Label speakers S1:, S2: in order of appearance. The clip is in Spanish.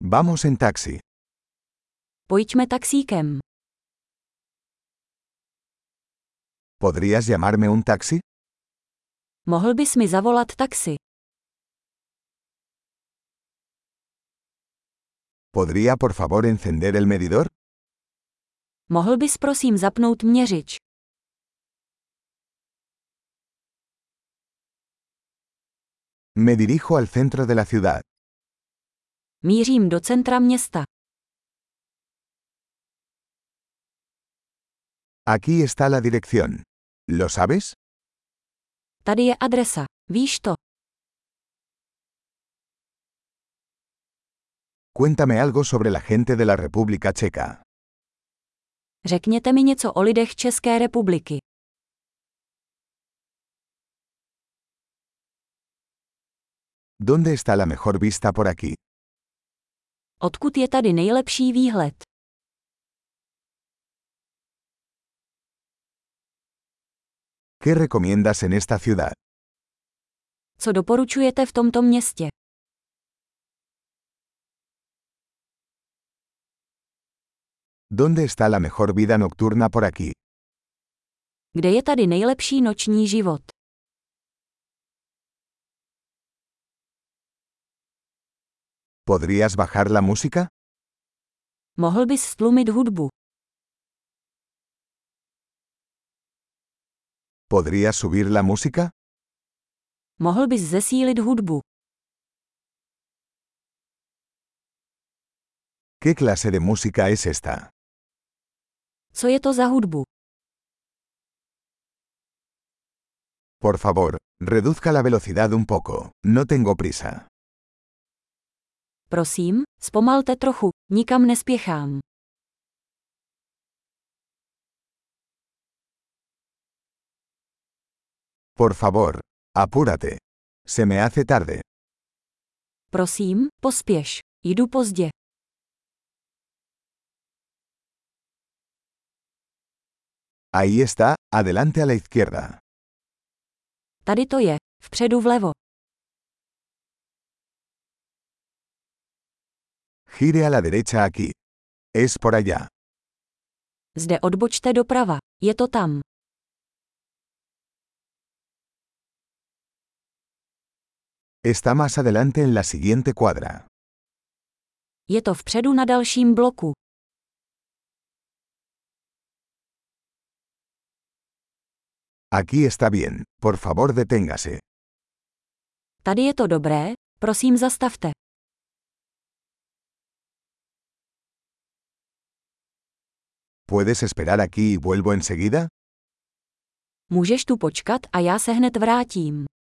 S1: Vamos en taxi.
S2: Pojďme taxíkem.
S1: ¿Podrías llamarme un taxi?
S2: Mohl bys mi zavolat taxi?
S1: ¿Podría por favor encender el medidor?
S2: Mohl bys prosím zapnout měřič?
S1: Me dirijo al centro de la ciudad.
S2: Mířím do centra města.
S1: Aquí está la dirección. ¿Lo sabes?
S2: Tady je adresa. Víš to?
S1: Cuéntame algo sobre la gente de la República Checa.
S2: Řekněte mi něco o lidech České republiky.
S1: ¿Dónde está la mejor vista por aquí?
S2: Odkud je tady nejlepší výhled?
S1: ¿Qué recomiendas en esta ciudad?
S2: Co doporučujete v tomto městě?
S1: ¿Dónde está la mejor vida nocturna por aquí?
S2: Kde je tady nejlepší noční život?
S1: ¿Podrías bajar la música?
S2: Mohl bys stlumit hudbu?
S1: ¿Podrías subir la música?
S2: Mohl bys zesílit hudbu?
S1: ¿Qué clase de música es esta?
S2: Co je to za hudbu?
S1: Por favor, reduzca la velocidad un poco. No tengo prisa.
S2: Prosím, zpomalte trochu, nikam nespěchám.
S1: Por favor, apúrate. Se me hace tarde.
S2: Prosím, pospěš. Jdu pozdě.
S1: Ahí está, adelante a la izquierda.
S2: Tady to je, vpředu vlevo.
S1: Gire a la derecha aquí. Es por allá.
S2: Zde odbočte doprava. Je to tam.
S1: Está más adelante en la siguiente cuadra.
S2: Je to vpředu na dalším bloku.
S1: Aquí está bien, por favor deténgase.
S2: Tady je to dobré, prosím zastavte.
S1: ¿Puedes esperar aquí y vuelvo enseguida?
S2: Můžeš tu počkat a já se hned vrátím.